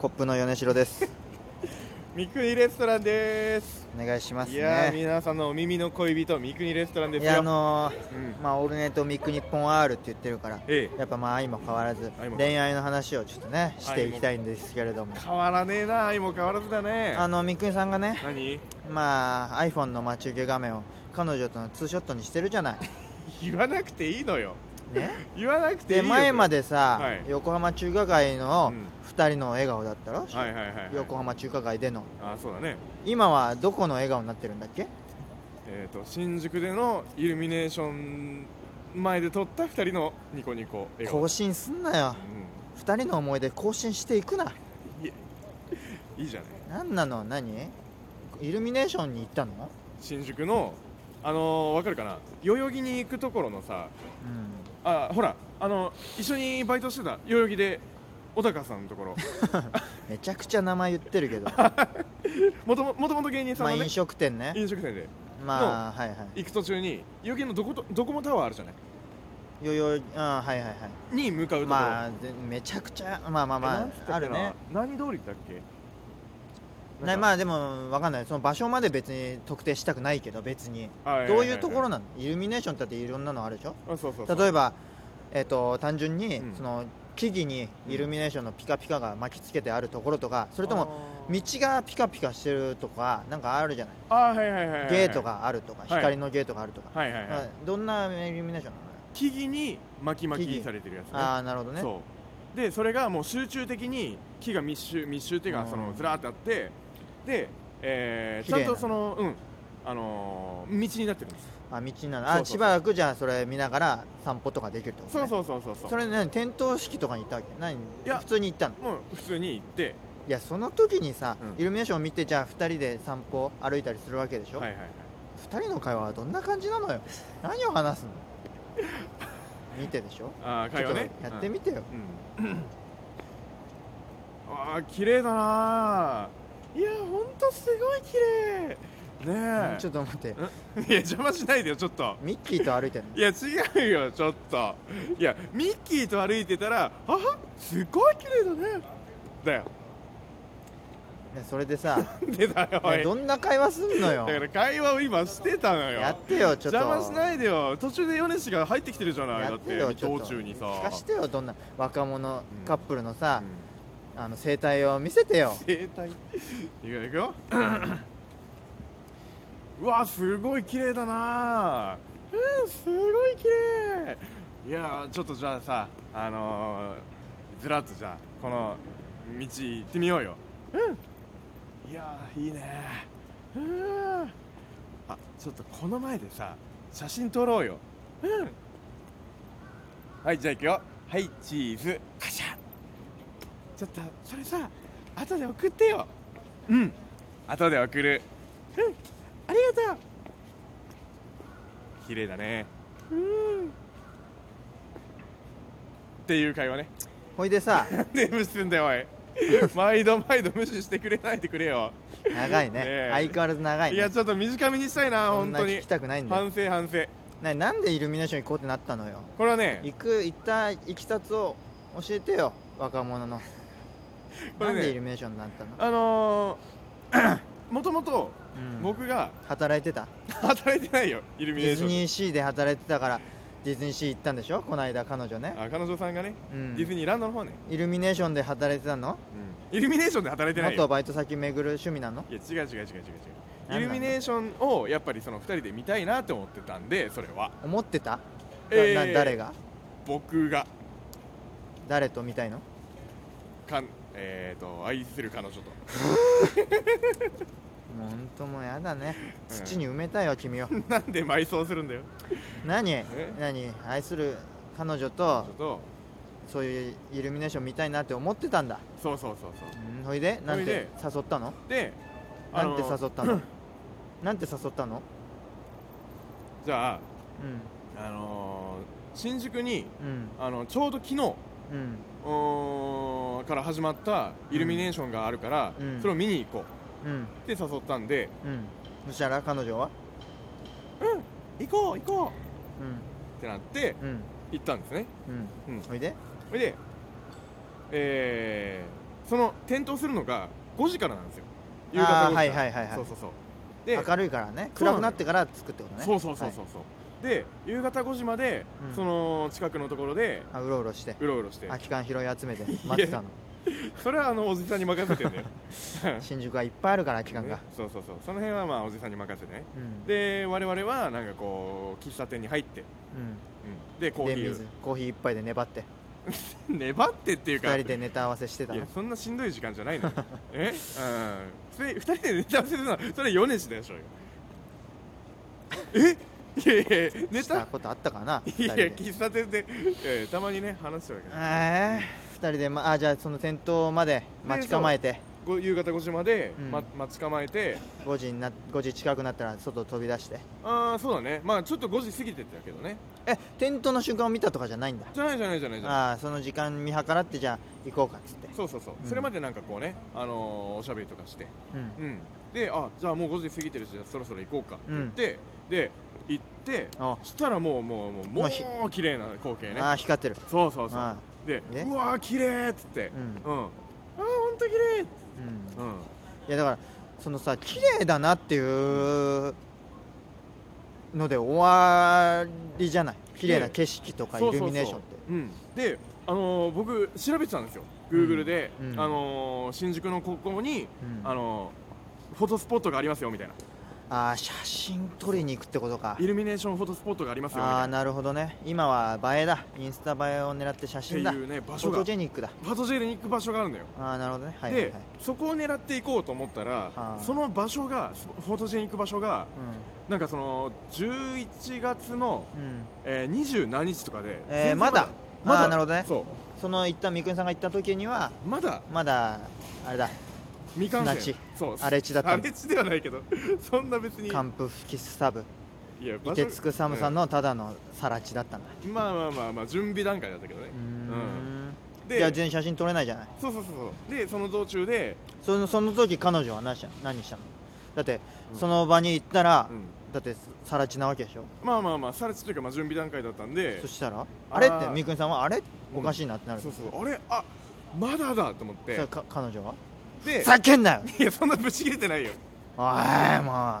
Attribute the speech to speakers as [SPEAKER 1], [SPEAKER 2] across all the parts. [SPEAKER 1] コップの米城です。
[SPEAKER 2] 三国レストランです。
[SPEAKER 1] お願いします
[SPEAKER 2] いやー、
[SPEAKER 1] ね。
[SPEAKER 2] 皆さんのお耳の恋人、三国レストランで
[SPEAKER 1] い
[SPEAKER 2] す
[SPEAKER 1] や、あ
[SPEAKER 2] よ。
[SPEAKER 1] の
[SPEAKER 2] うん
[SPEAKER 1] ー、まあ、オールネイトミック日本 R って言ってるから、
[SPEAKER 2] ええ、
[SPEAKER 1] やっぱまあ、相も変わらず
[SPEAKER 2] 相も変わらず、
[SPEAKER 1] 恋愛の話をちょっとね、していきたいんですけれども。
[SPEAKER 2] 変わらねえな、相も変わらずだね。
[SPEAKER 1] あの、みくにさんがね、
[SPEAKER 2] 何
[SPEAKER 1] まあ、iPhone の待ち受け画面を彼女とのツーショットにしてるじゃ ない。
[SPEAKER 2] 言わなくていいのよ。
[SPEAKER 1] ね。
[SPEAKER 2] 言わなくていい
[SPEAKER 1] で、
[SPEAKER 2] よ。
[SPEAKER 1] 前までさ
[SPEAKER 2] はい、
[SPEAKER 1] 横浜中華街
[SPEAKER 2] そ
[SPEAKER 1] の
[SPEAKER 2] れ、うん
[SPEAKER 1] 2人の笑顔だったろ
[SPEAKER 2] はいはいはい、はい。
[SPEAKER 1] 横浜中華街での。
[SPEAKER 2] あ、そうだね。
[SPEAKER 1] 今はどこの笑顔になってるんだっけ
[SPEAKER 2] えっ、と、新宿でのイルミネーション前で撮った二人のニコニコ笑顔。
[SPEAKER 1] 更新すんなよ。2人の思い出更新していくな。
[SPEAKER 2] うん、いいじゃない。
[SPEAKER 1] なんなの何イルミネーションに行ったの
[SPEAKER 2] 新宿の、あのー、わかるかな代々木に行くところのさ、
[SPEAKER 1] う
[SPEAKER 2] あほらあの一緒にバイトしてた代々木で小高さんのと ころ
[SPEAKER 1] んめちゃくちゃ名前言ってる けど
[SPEAKER 2] もとももともと芸人さ
[SPEAKER 1] まあ
[SPEAKER 2] ん
[SPEAKER 1] 飲
[SPEAKER 2] のね
[SPEAKER 1] 食店ね
[SPEAKER 2] 飲食店で
[SPEAKER 1] まあはいはい
[SPEAKER 2] 行く途中に代々木のどことドコモタワーあるじゃない
[SPEAKER 1] よよあはいはいは
[SPEAKER 2] に向かう
[SPEAKER 1] い
[SPEAKER 2] ところ
[SPEAKER 1] まあでめちゃくちゃまあまあ
[SPEAKER 2] な
[SPEAKER 1] ま
[SPEAKER 2] んつったっけ
[SPEAKER 1] あ
[SPEAKER 2] な
[SPEAKER 1] あるね
[SPEAKER 2] 何通りだっけ
[SPEAKER 1] なま
[SPEAKER 2] ま
[SPEAKER 1] あでもわかんないその場所まで別に特定したくないけど別に
[SPEAKER 2] あ
[SPEAKER 1] どういうところ
[SPEAKER 2] の
[SPEAKER 1] なのイルミネーションだっていろんなのあるでしょ
[SPEAKER 2] そうそうそう
[SPEAKER 1] 例えばえっと単純に
[SPEAKER 2] うん
[SPEAKER 1] その木々にイルミネーションのピカピカが巻きつけてあるところとかそ
[SPEAKER 2] そ
[SPEAKER 1] れとも道がピカピカしてるとかなんかあるじゃない
[SPEAKER 2] あーあーはいはいはいはい
[SPEAKER 1] ゲートがあるとか、
[SPEAKER 2] い
[SPEAKER 1] 光のゲートがあるとか、
[SPEAKER 2] はいはいはい
[SPEAKER 1] どんなイルミネーションなの
[SPEAKER 2] 木々に巻き巻
[SPEAKER 1] 木
[SPEAKER 2] き
[SPEAKER 1] 々
[SPEAKER 2] されてるやつね
[SPEAKER 1] ああなるほどね
[SPEAKER 2] そうでそれがもう集中的に木が密集密集っていう
[SPEAKER 1] う
[SPEAKER 2] か
[SPEAKER 1] ん
[SPEAKER 2] そのずらーってあってで、えー
[SPEAKER 1] 綺
[SPEAKER 2] ち
[SPEAKER 1] 麗
[SPEAKER 2] ゃ
[SPEAKER 1] なんの
[SPEAKER 2] とそのうんあのー道になってるんです
[SPEAKER 1] あ道なの
[SPEAKER 2] そうそ
[SPEAKER 1] あ
[SPEAKER 2] うそう
[SPEAKER 1] しばらくじゃあそれ見ながら散歩とかできるってこと、
[SPEAKER 2] そう
[SPEAKER 1] ね、
[SPEAKER 2] そうそうそうそう
[SPEAKER 1] それ何点灯式とかに行ったわけ何
[SPEAKER 2] や
[SPEAKER 1] 普通に行ったの
[SPEAKER 2] もう普通に行って
[SPEAKER 1] いやその時にさ、
[SPEAKER 2] うん
[SPEAKER 1] イルミネーションを見てじゃあ2人で散歩歩いたりするわけでしょ、
[SPEAKER 2] はいはいはい
[SPEAKER 1] 2人の会話はどんな感じな のよ何を話すの見てでしょ
[SPEAKER 2] あー会話ね
[SPEAKER 1] ちょっとやって
[SPEAKER 2] み
[SPEAKER 1] みてよ、
[SPEAKER 2] うん、 うん、あー綺麗だなーいやーほんとすごい綺麗ねえ
[SPEAKER 1] ちょっと待って
[SPEAKER 2] ん いや邪魔しないでよちょっと
[SPEAKER 1] ミッキーと歩いてるの
[SPEAKER 2] いや違うよちょっといやミッキーと歩いてたら「あはすごい綺麗だね」だよ
[SPEAKER 1] ねそれでさ、
[SPEAKER 2] でだよ お
[SPEAKER 1] ね
[SPEAKER 2] い
[SPEAKER 1] どんな会話すんのよ
[SPEAKER 2] だから会話を今してたのよ
[SPEAKER 1] やってよちょっと
[SPEAKER 2] 邪魔しないでよ途中でヨネシが入ってきてるじゃない
[SPEAKER 1] や
[SPEAKER 2] だ
[SPEAKER 1] っ
[SPEAKER 2] ってて
[SPEAKER 1] よちょっ
[SPEAKER 2] 道
[SPEAKER 1] と
[SPEAKER 2] 中にさ
[SPEAKER 1] 聞かしてよどんな若者
[SPEAKER 2] うん
[SPEAKER 1] カップルの
[SPEAKER 2] う
[SPEAKER 1] さ、
[SPEAKER 2] ん
[SPEAKER 1] あの生態を見せてよ
[SPEAKER 2] 生態いくよいくよ うわすごい綺麗だなうんすごい綺麗いやちょっとじゃあさあのー、ずらっとじゃあこの道行ってみようようんいやーいいねうんあちょっとこの前でさ写真撮ろうようんはいじゃあ行くよはいチーズカシャちょっとそれさ後で送ってようん後で送るうんありがとう綺麗だねうんっていう会話ね
[SPEAKER 1] ほいでさ
[SPEAKER 2] で無視すんだよおい毎度毎度無視してくれないでくれよ
[SPEAKER 1] 長いね
[SPEAKER 2] ねえ
[SPEAKER 1] 相変わらず長い
[SPEAKER 2] い
[SPEAKER 1] ね
[SPEAKER 2] やちょっと短めにしたいな
[SPEAKER 1] そん
[SPEAKER 2] 本
[SPEAKER 1] な
[SPEAKER 2] 当
[SPEAKER 1] 聞
[SPEAKER 2] に
[SPEAKER 1] きたくないんだよ
[SPEAKER 2] 反省反省
[SPEAKER 1] ななんでイルミネーション行こうってなったのよ
[SPEAKER 2] これはね
[SPEAKER 1] 行く行ったいきさつを教えてよ若者の、
[SPEAKER 2] こ
[SPEAKER 1] な
[SPEAKER 2] れ
[SPEAKER 1] んでイル
[SPEAKER 2] ね
[SPEAKER 1] ミネーションになったの、
[SPEAKER 2] あのー もともと
[SPEAKER 1] うん
[SPEAKER 2] 僕が
[SPEAKER 1] 働いてた
[SPEAKER 2] 働いてないよイル
[SPEAKER 1] デ
[SPEAKER 2] ミネ
[SPEAKER 1] ィ
[SPEAKER 2] ーシ
[SPEAKER 1] ズ
[SPEAKER 2] ョンで
[SPEAKER 1] ニーシーで働いてたからディズニーシー行ったんでしょこの間彼女ね、
[SPEAKER 2] あ彼女さんがね
[SPEAKER 1] うん、
[SPEAKER 2] ディズニーランドの方ね
[SPEAKER 1] イルミネーションで働いてたの
[SPEAKER 2] イルミネーションで働いてない
[SPEAKER 1] 元
[SPEAKER 2] よ
[SPEAKER 1] バイト先巡る趣味なの
[SPEAKER 2] いや違う違う違う違う違
[SPEAKER 1] な
[SPEAKER 2] うんイ
[SPEAKER 1] な
[SPEAKER 2] ル
[SPEAKER 1] の
[SPEAKER 2] ミネーションをやっぱりその2人で見たいなって思ってたんでそれは
[SPEAKER 1] 思ってた、な
[SPEAKER 2] えー
[SPEAKER 1] な誰が
[SPEAKER 2] 僕が
[SPEAKER 1] 誰と見たいの
[SPEAKER 2] かんえー、と愛する彼女と
[SPEAKER 1] もう本当もうやだね
[SPEAKER 2] うん
[SPEAKER 1] 土に埋めたいわ君 を
[SPEAKER 2] なんで埋葬するんだよ
[SPEAKER 1] 何何愛する彼女と
[SPEAKER 2] ちょっと
[SPEAKER 1] そういうイルミネーション見たいなって思ってたんだ
[SPEAKER 2] そうそうそうそう
[SPEAKER 1] うんほいでなん
[SPEAKER 2] ほい
[SPEAKER 1] て
[SPEAKER 2] で
[SPEAKER 1] 誘ったの
[SPEAKER 2] であ
[SPEAKER 1] なん
[SPEAKER 2] の
[SPEAKER 1] て誘った のなんて誘ったの
[SPEAKER 2] じゃあ
[SPEAKER 1] うん
[SPEAKER 2] あのー新宿に
[SPEAKER 1] うん
[SPEAKER 2] あのちょうど昨日
[SPEAKER 1] うん
[SPEAKER 2] うーんから始まったイルミネーションがあるから、
[SPEAKER 1] うん
[SPEAKER 2] それを見に行こ
[SPEAKER 1] うん
[SPEAKER 2] うって誘ったんで
[SPEAKER 1] うんそしたら彼女は
[SPEAKER 2] 行こう行こ
[SPEAKER 1] う
[SPEAKER 2] うってなって
[SPEAKER 1] んうん
[SPEAKER 2] 行ったんですね
[SPEAKER 1] うん
[SPEAKER 2] うん
[SPEAKER 1] ほいで
[SPEAKER 2] それで、えその点灯するのが5時からなんですよ夕方5時
[SPEAKER 1] あ
[SPEAKER 2] か
[SPEAKER 1] ー
[SPEAKER 2] ら
[SPEAKER 1] はいはいはいはい
[SPEAKER 2] そうそうそうで
[SPEAKER 1] 明るいからね
[SPEAKER 2] そうな
[SPEAKER 1] 暗
[SPEAKER 2] の
[SPEAKER 1] くなってからつくってことね
[SPEAKER 2] そうそうそうそうそう、で夕方5時まで、
[SPEAKER 1] うん
[SPEAKER 2] その近くのところで
[SPEAKER 1] はいあうろうろして
[SPEAKER 2] うろうろして
[SPEAKER 1] 空き缶拾い集めて待ってたの
[SPEAKER 2] それはあのおじさんに任せて んだよ
[SPEAKER 1] 新宿はいっぱいあるから空き缶が
[SPEAKER 2] ね、そうそうそうその辺はまあおじさんに任せてね
[SPEAKER 1] うん
[SPEAKER 2] で我々はなんかこう喫茶店に入って、うんでコ
[SPEAKER 1] うん
[SPEAKER 2] ー
[SPEAKER 1] で
[SPEAKER 2] ヒ
[SPEAKER 1] 水
[SPEAKER 2] ー
[SPEAKER 1] コーヒー一杯で粘って
[SPEAKER 2] 粘ってっていうか
[SPEAKER 1] 二人でネタ合わせしてた
[SPEAKER 2] いや
[SPEAKER 1] の
[SPEAKER 2] そんなしんどい時間じゃな いのよえうん2人でネタ合わせするのはそれ米次でしょうよえいやいやネ
[SPEAKER 1] した
[SPEAKER 2] タ
[SPEAKER 1] ことあったかない二
[SPEAKER 2] や
[SPEAKER 1] 人で
[SPEAKER 2] 喫茶店で、えーたまにね話してるわけね
[SPEAKER 1] えー二人でまあじゃあその店頭まで待ち構えて
[SPEAKER 2] ご夕方5時まで、
[SPEAKER 1] うん
[SPEAKER 2] ま、待ち構えて
[SPEAKER 1] 5時にな5時近くなったら外飛び出して
[SPEAKER 2] ああそうだねまあちょっと5時過ぎてったけどね
[SPEAKER 1] え店頭の瞬間を見たとかじゃないんだ
[SPEAKER 2] じゃないじゃないじゃないじゃない
[SPEAKER 1] ああその時間見計らってじゃあ行こうかっつって
[SPEAKER 2] そうそうそう、
[SPEAKER 1] うん
[SPEAKER 2] それまでなんかこうねあのーおしゃべりとかして
[SPEAKER 1] うん
[SPEAKER 2] うんであじゃあもう5時過ぎてるしそろそろ行こうかって言って、で行って
[SPEAKER 1] あ
[SPEAKER 2] したらもうもうもう
[SPEAKER 1] も
[SPEAKER 2] も
[SPEAKER 1] うひ
[SPEAKER 2] う綺麗な光景ね
[SPEAKER 1] ああ光ってる
[SPEAKER 2] そうそうそ
[SPEAKER 1] あ
[SPEAKER 2] うで、
[SPEAKER 1] ね
[SPEAKER 2] うわー綺麗っつって
[SPEAKER 1] うん
[SPEAKER 2] うん、あーほんと綺麗っつって
[SPEAKER 1] うん
[SPEAKER 2] うん
[SPEAKER 1] いやだからそのさ綺麗だなっていうので終わりじゃない綺麗な景色とかイルミネーションって
[SPEAKER 2] そうそうそううん、で、あのー僕調べてたんですよ Google で、
[SPEAKER 1] うんうん
[SPEAKER 2] あのー新宿のここに、
[SPEAKER 1] うん
[SPEAKER 2] あのーフォトスポットがありますよみたいな
[SPEAKER 1] ああ写真撮りに行くってことか
[SPEAKER 2] イルミネーションフォトスポットがありますよみ
[SPEAKER 1] ああ
[SPEAKER 2] たいなっ
[SPEAKER 1] なるほどね今は映えだインスタ映えを狙って写
[SPEAKER 2] て
[SPEAKER 1] 真
[SPEAKER 2] い
[SPEAKER 1] だフ
[SPEAKER 2] うね場所
[SPEAKER 1] ォ
[SPEAKER 2] が
[SPEAKER 1] トジェニックだ
[SPEAKER 2] フォトジェに行く場所があるんだよ、
[SPEAKER 1] ああなるほどねはいはいはい
[SPEAKER 2] で、そこを狙っていこうと思ったら、
[SPEAKER 1] あ
[SPEAKER 2] その場所がフォトジェに行く場所がなんかその11月の、
[SPEAKER 1] うんうん
[SPEAKER 2] えー、20何日とかで、
[SPEAKER 1] えー
[SPEAKER 2] 全然
[SPEAKER 1] まだ
[SPEAKER 2] まだ
[SPEAKER 1] あーなるほどね
[SPEAKER 2] そ
[SPEAKER 1] その行った三國さんが行った時には
[SPEAKER 2] うまだ
[SPEAKER 1] まだあれだ
[SPEAKER 2] 未完成
[SPEAKER 1] 砂地
[SPEAKER 2] そう
[SPEAKER 1] 荒れ地だったの
[SPEAKER 2] 荒れ地ではないけど そんな別に
[SPEAKER 1] 寒風吹きすさぶ
[SPEAKER 2] いや
[SPEAKER 1] 凍てつく寒さ、
[SPEAKER 2] 場
[SPEAKER 1] のただのさら地だったんだ
[SPEAKER 2] 所うんまあまあまあまあ準備段階だったけどね
[SPEAKER 1] うーん
[SPEAKER 2] で
[SPEAKER 1] じゃあ全然写真撮れないじゃない
[SPEAKER 2] そうそうそうそうでその道中で、
[SPEAKER 1] そのその時彼女は何した何したのだって
[SPEAKER 2] うん
[SPEAKER 1] その場に行ったら、
[SPEAKER 2] うん
[SPEAKER 1] だってさら地なわけでしょ
[SPEAKER 2] まあまあまあされ地というかまあ準備段階だったんで
[SPEAKER 1] そ
[SPEAKER 2] そ
[SPEAKER 1] したら
[SPEAKER 2] あー
[SPEAKER 1] あれってみくんさんはあれおかしいなってなる、
[SPEAKER 2] うそうあれあまだだと思っ
[SPEAKER 1] それ
[SPEAKER 2] て
[SPEAKER 1] か彼女は
[SPEAKER 2] で
[SPEAKER 1] ふざけんなよ
[SPEAKER 2] いやそんなぶち切れてないよ、
[SPEAKER 1] おいも
[SPEAKER 2] う
[SPEAKER 1] う
[SPEAKER 2] ん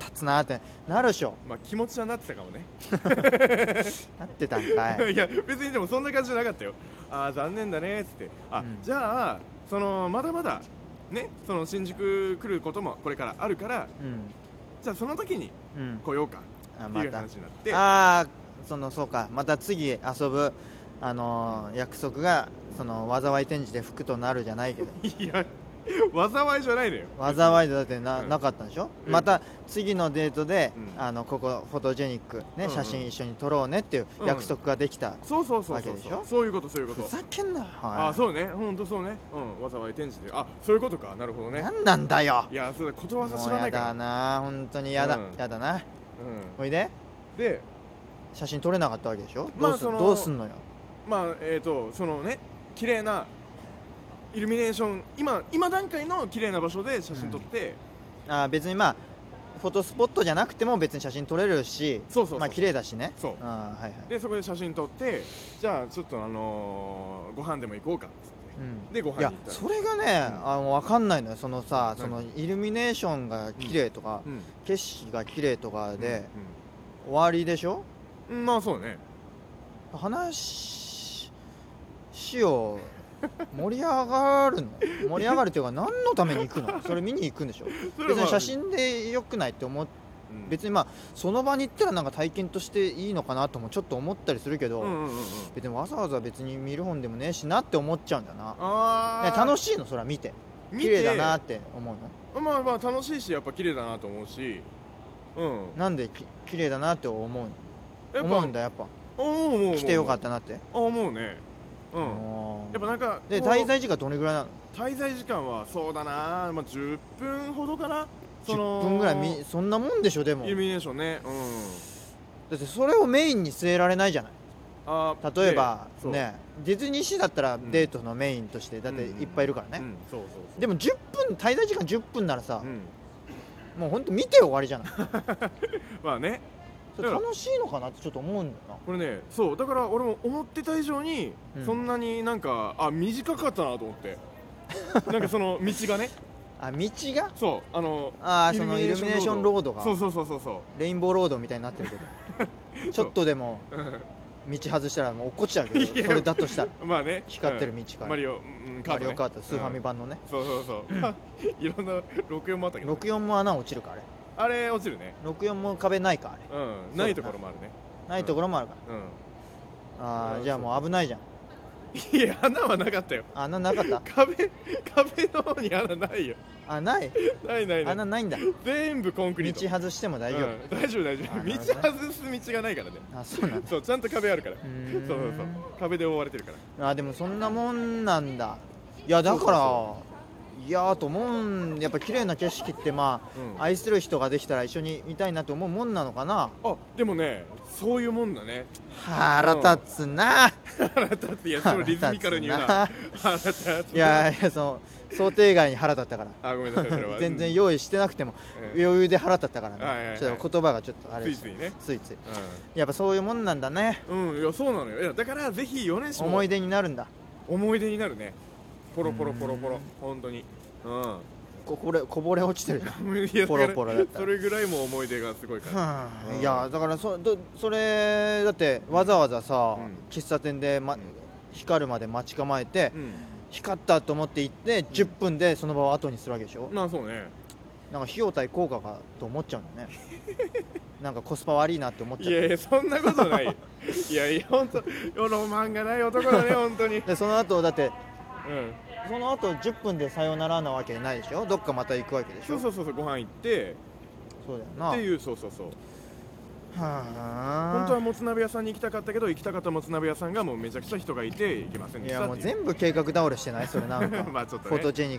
[SPEAKER 1] 立つなってなるでしょ
[SPEAKER 2] まあ気持ちはなってたかもね、
[SPEAKER 1] なってたんかい
[SPEAKER 2] いや別にでもそんな感じじゃなかったよああ残念だねっつってあ、
[SPEAKER 1] うん
[SPEAKER 2] じゃあそのまだまだねその新宿来ることもこれからあるから
[SPEAKER 1] うん
[SPEAKER 2] じゃあその時に
[SPEAKER 1] うん
[SPEAKER 2] 来ようか
[SPEAKER 1] あ
[SPEAKER 2] って
[SPEAKER 1] ま
[SPEAKER 2] いう
[SPEAKER 1] た
[SPEAKER 2] 話になって、
[SPEAKER 1] ああそのそうかまた次遊ぶあのー約束がその災い展示で服となるじゃないけど
[SPEAKER 2] いや災いじゃないのよ
[SPEAKER 1] 災いだってな,、
[SPEAKER 2] うん
[SPEAKER 1] なかったんでしょ、
[SPEAKER 2] うん
[SPEAKER 1] また次のデートで、
[SPEAKER 2] うん
[SPEAKER 1] あのここフォトジェニック、
[SPEAKER 2] うん
[SPEAKER 1] ね
[SPEAKER 2] うん
[SPEAKER 1] 写真一緒に撮ろうねっていう約束ができた、
[SPEAKER 2] そうそうそう
[SPEAKER 1] わ
[SPEAKER 2] そ
[SPEAKER 1] け
[SPEAKER 2] う
[SPEAKER 1] でしょ
[SPEAKER 2] そういうことそういうこ
[SPEAKER 1] ふ
[SPEAKER 2] と
[SPEAKER 1] ざけんなよ、
[SPEAKER 2] あ
[SPEAKER 1] は
[SPEAKER 2] あそうねほんとそうねうん災い天示であそういうことかなるほどね
[SPEAKER 1] 何なんだよ
[SPEAKER 2] いやそうだこと
[SPEAKER 1] も
[SPEAKER 2] わざ知
[SPEAKER 1] う
[SPEAKER 2] らな
[SPEAKER 1] や
[SPEAKER 2] いから
[SPEAKER 1] だな本当にやだ、
[SPEAKER 2] うん
[SPEAKER 1] やだな
[SPEAKER 2] う
[SPEAKER 1] おいで
[SPEAKER 2] ん、で
[SPEAKER 1] 写真撮れなかったわけでしょ、
[SPEAKER 2] まあ
[SPEAKER 1] どうす
[SPEAKER 2] そ
[SPEAKER 1] ん
[SPEAKER 2] の
[SPEAKER 1] どうすんのよ
[SPEAKER 2] まあえっ、とそのね綺麗なイルミネーション今今段階の綺麗な場所で写真撮って、
[SPEAKER 1] あー別にまあフォトスポットじゃなくても別に写真撮れるし
[SPEAKER 2] そうそうそう
[SPEAKER 1] まあ綺麗だしね
[SPEAKER 2] そう
[SPEAKER 1] あーはいはい
[SPEAKER 2] でそこで写真撮ってじゃあちょっとあのーご飯でも行こうかっつって、
[SPEAKER 1] うん
[SPEAKER 2] でご飯
[SPEAKER 1] い
[SPEAKER 2] に行
[SPEAKER 1] や
[SPEAKER 2] った
[SPEAKER 1] それがね、
[SPEAKER 2] うん
[SPEAKER 1] あの分かんないのよそのさ
[SPEAKER 2] うん
[SPEAKER 1] そのイルミネーションが綺麗とか、
[SPEAKER 2] うん
[SPEAKER 1] 景色が綺麗とかで、
[SPEAKER 2] うん
[SPEAKER 1] 終わりでしょ
[SPEAKER 2] うんうんまあそうね
[SPEAKER 1] 話 を盛り上がるの盛り上がるというか何のために行くのそれ見に行くんでしょ
[SPEAKER 2] それは
[SPEAKER 1] 別
[SPEAKER 2] まあ
[SPEAKER 1] に写真でよくないって思っ
[SPEAKER 2] うん
[SPEAKER 1] 別にまあその場に行ったらなんか体験としていいのかなともちょっと思ったりするけど、
[SPEAKER 2] うんうんうんうん
[SPEAKER 1] 別にわざわざ別に見る本でもねえしなって思っちゃうんだよな、
[SPEAKER 2] あ
[SPEAKER 1] ね
[SPEAKER 2] あ、
[SPEAKER 1] 楽しいのそれは見て
[SPEAKER 2] 見て
[SPEAKER 1] 綺麗だなって思うの
[SPEAKER 2] まあまあ楽しいしやっぱ綺麗だなと思うしうん
[SPEAKER 1] なんでき綺麗だなって思うの
[SPEAKER 2] やっぱ
[SPEAKER 1] 思うんだやっぱ
[SPEAKER 2] 思う思う思う
[SPEAKER 1] 来てよかったなって
[SPEAKER 2] あ思うねうん
[SPEAKER 1] うん
[SPEAKER 2] やっぱなんか
[SPEAKER 1] で
[SPEAKER 2] こう
[SPEAKER 1] 滞在時間どれぐらいなの
[SPEAKER 2] 滞在時間はそうだなまあ10分ほどかなその
[SPEAKER 1] 10分ぐらいみそんなもんでしょでも
[SPEAKER 2] イル
[SPEAKER 1] だ
[SPEAKER 2] ミネーションねうん
[SPEAKER 1] ってそれをメインに据えられないじゃない
[SPEAKER 2] あー
[SPEAKER 1] 例えば
[SPEAKER 2] でそう
[SPEAKER 1] ねディズニーシーだったら
[SPEAKER 2] ん
[SPEAKER 1] デートのメインとしてだっていっぱいいるから
[SPEAKER 2] う
[SPEAKER 1] ね
[SPEAKER 2] んそうそうそう
[SPEAKER 1] でも10分滞在時間10分ならさ
[SPEAKER 2] うん
[SPEAKER 1] もうほんと見て終わり じゃない
[SPEAKER 2] まあね
[SPEAKER 1] それ楽しいのかなってちょっと思うんだよ
[SPEAKER 2] これねそうだから俺も思ってた以上に
[SPEAKER 1] うん
[SPEAKER 2] そんなになんかあ短かったなと思ってなんかその道がね
[SPEAKER 1] あ道が
[SPEAKER 2] そうあの
[SPEAKER 1] あーそのイルミネーションロードが
[SPEAKER 2] そうそうそうそうそ
[SPEAKER 1] レインボーロードみたいになってるけ どちょっとでも道外したらもう落っこちちゃうけど
[SPEAKER 2] いや
[SPEAKER 1] それだとしたら
[SPEAKER 2] うまあね
[SPEAKER 1] 光ってる
[SPEAKER 2] う
[SPEAKER 1] 道
[SPEAKER 2] ん
[SPEAKER 1] から
[SPEAKER 2] マリオ、うん、カー
[SPEAKER 1] マ
[SPEAKER 2] ト、ね、
[SPEAKER 1] リオカートスーファミ版のね
[SPEAKER 2] うんそうそうそういろんな64もあったけど
[SPEAKER 1] 64も穴落ちるかあれ
[SPEAKER 2] あれ落ちるね
[SPEAKER 1] 64も壁ないかあれ
[SPEAKER 2] うん
[SPEAKER 1] な
[SPEAKER 2] ないところもあるね
[SPEAKER 1] ないところもあるか
[SPEAKER 2] う
[SPEAKER 1] らあ
[SPEAKER 2] う
[SPEAKER 1] ー
[SPEAKER 2] ん
[SPEAKER 1] じゃあもう危ないじゃん
[SPEAKER 2] んいや穴はなかったよ
[SPEAKER 1] 穴なかった
[SPEAKER 2] 壁壁の方に穴ないよ
[SPEAKER 1] あない
[SPEAKER 2] ないないな
[SPEAKER 1] 穴
[SPEAKER 2] い
[SPEAKER 1] ないんだ
[SPEAKER 2] 全部コンクリー
[SPEAKER 1] 道
[SPEAKER 2] ト
[SPEAKER 1] 外しても大丈
[SPEAKER 2] うん大丈夫大丈
[SPEAKER 1] あなるほど
[SPEAKER 2] 夫道外す道がないからね
[SPEAKER 1] 夫あそうなんだ
[SPEAKER 2] そうちゃんと壁あるから
[SPEAKER 1] う
[SPEAKER 2] そう
[SPEAKER 1] ー
[SPEAKER 2] そ
[SPEAKER 1] ん
[SPEAKER 2] うそう壁で覆われてるから
[SPEAKER 1] あでもそんなもんなんだいやだ
[SPEAKER 2] そう
[SPEAKER 1] か
[SPEAKER 2] そう
[SPEAKER 1] らいやーと思うんやっぱ綺麗な景色ってま
[SPEAKER 2] うん
[SPEAKER 1] あ愛する人ができたら一緒に見たいなと思うもんなのかな
[SPEAKER 2] あでもねそういうもんだね
[SPEAKER 1] 腹立つな
[SPEAKER 2] 腹立ついやそのリズミカルに言うな腹立つ
[SPEAKER 1] いやいやその想定外に腹立ったから
[SPEAKER 2] あごめんなさいそれ は
[SPEAKER 1] 全然
[SPEAKER 2] よ、
[SPEAKER 1] 用意してなくても
[SPEAKER 2] うん
[SPEAKER 1] 余裕で腹立ったからね、
[SPEAKER 2] はいはいはい
[SPEAKER 1] ちょっと言葉がちょっとあれ
[SPEAKER 2] つ
[SPEAKER 1] で
[SPEAKER 2] い
[SPEAKER 1] した
[SPEAKER 2] ついね
[SPEAKER 1] ついついやっぱそういうもんなんだね
[SPEAKER 2] うん、うん、いやそうなのよいやだからぜひ米市も
[SPEAKER 1] 思い出になるんだ
[SPEAKER 2] 思い出になるねポロポロポロポ
[SPEAKER 1] う
[SPEAKER 2] ロ
[SPEAKER 1] ん
[SPEAKER 2] 本当にうん
[SPEAKER 1] ここれこぼれ落ちてるじゃん
[SPEAKER 2] いやだから
[SPEAKER 1] ポロポロだった
[SPEAKER 2] それぐらいもう思い出がすごいから
[SPEAKER 1] は
[SPEAKER 2] う
[SPEAKER 1] あ
[SPEAKER 2] ん
[SPEAKER 1] いやだからそどそれだってわざわざさ、
[SPEAKER 2] うん
[SPEAKER 1] 喫茶店で、ま
[SPEAKER 2] うん
[SPEAKER 1] 光るまで待ち構えて、
[SPEAKER 2] うん
[SPEAKER 1] 光ったと思って行って10分でその場を後にするわけでしょ、
[SPEAKER 2] まあそうね
[SPEAKER 1] なんか費用対効果かと思っちゃうんだね なんかコスパ悪いなって思っ
[SPEAKER 2] い
[SPEAKER 1] ちゃ
[SPEAKER 2] や
[SPEAKER 1] う
[SPEAKER 2] いやそんなことないいやいや本当ロマンがない男 だね本当にうん
[SPEAKER 1] でその後だってその後10分でさよならなわけないでしょどっかまた行くわけでし
[SPEAKER 2] そ
[SPEAKER 1] ょ
[SPEAKER 2] うそうそうそうご飯行って
[SPEAKER 1] そうだよな
[SPEAKER 2] っていうそうそうそう
[SPEAKER 1] はあ
[SPEAKER 2] 本当はもつ鍋屋さんに行きたかったけど行きたかったもつ鍋屋さんがもうめちゃくちゃ人がいて行けません
[SPEAKER 1] い
[SPEAKER 2] でし
[SPEAKER 1] や
[SPEAKER 2] た
[SPEAKER 1] も
[SPEAKER 2] っ
[SPEAKER 1] う
[SPEAKER 2] ていう
[SPEAKER 1] 全部計画倒れしてないそれなんか
[SPEAKER 2] まあちょっと
[SPEAKER 1] フォト
[SPEAKER 2] ね
[SPEAKER 1] ジェニッ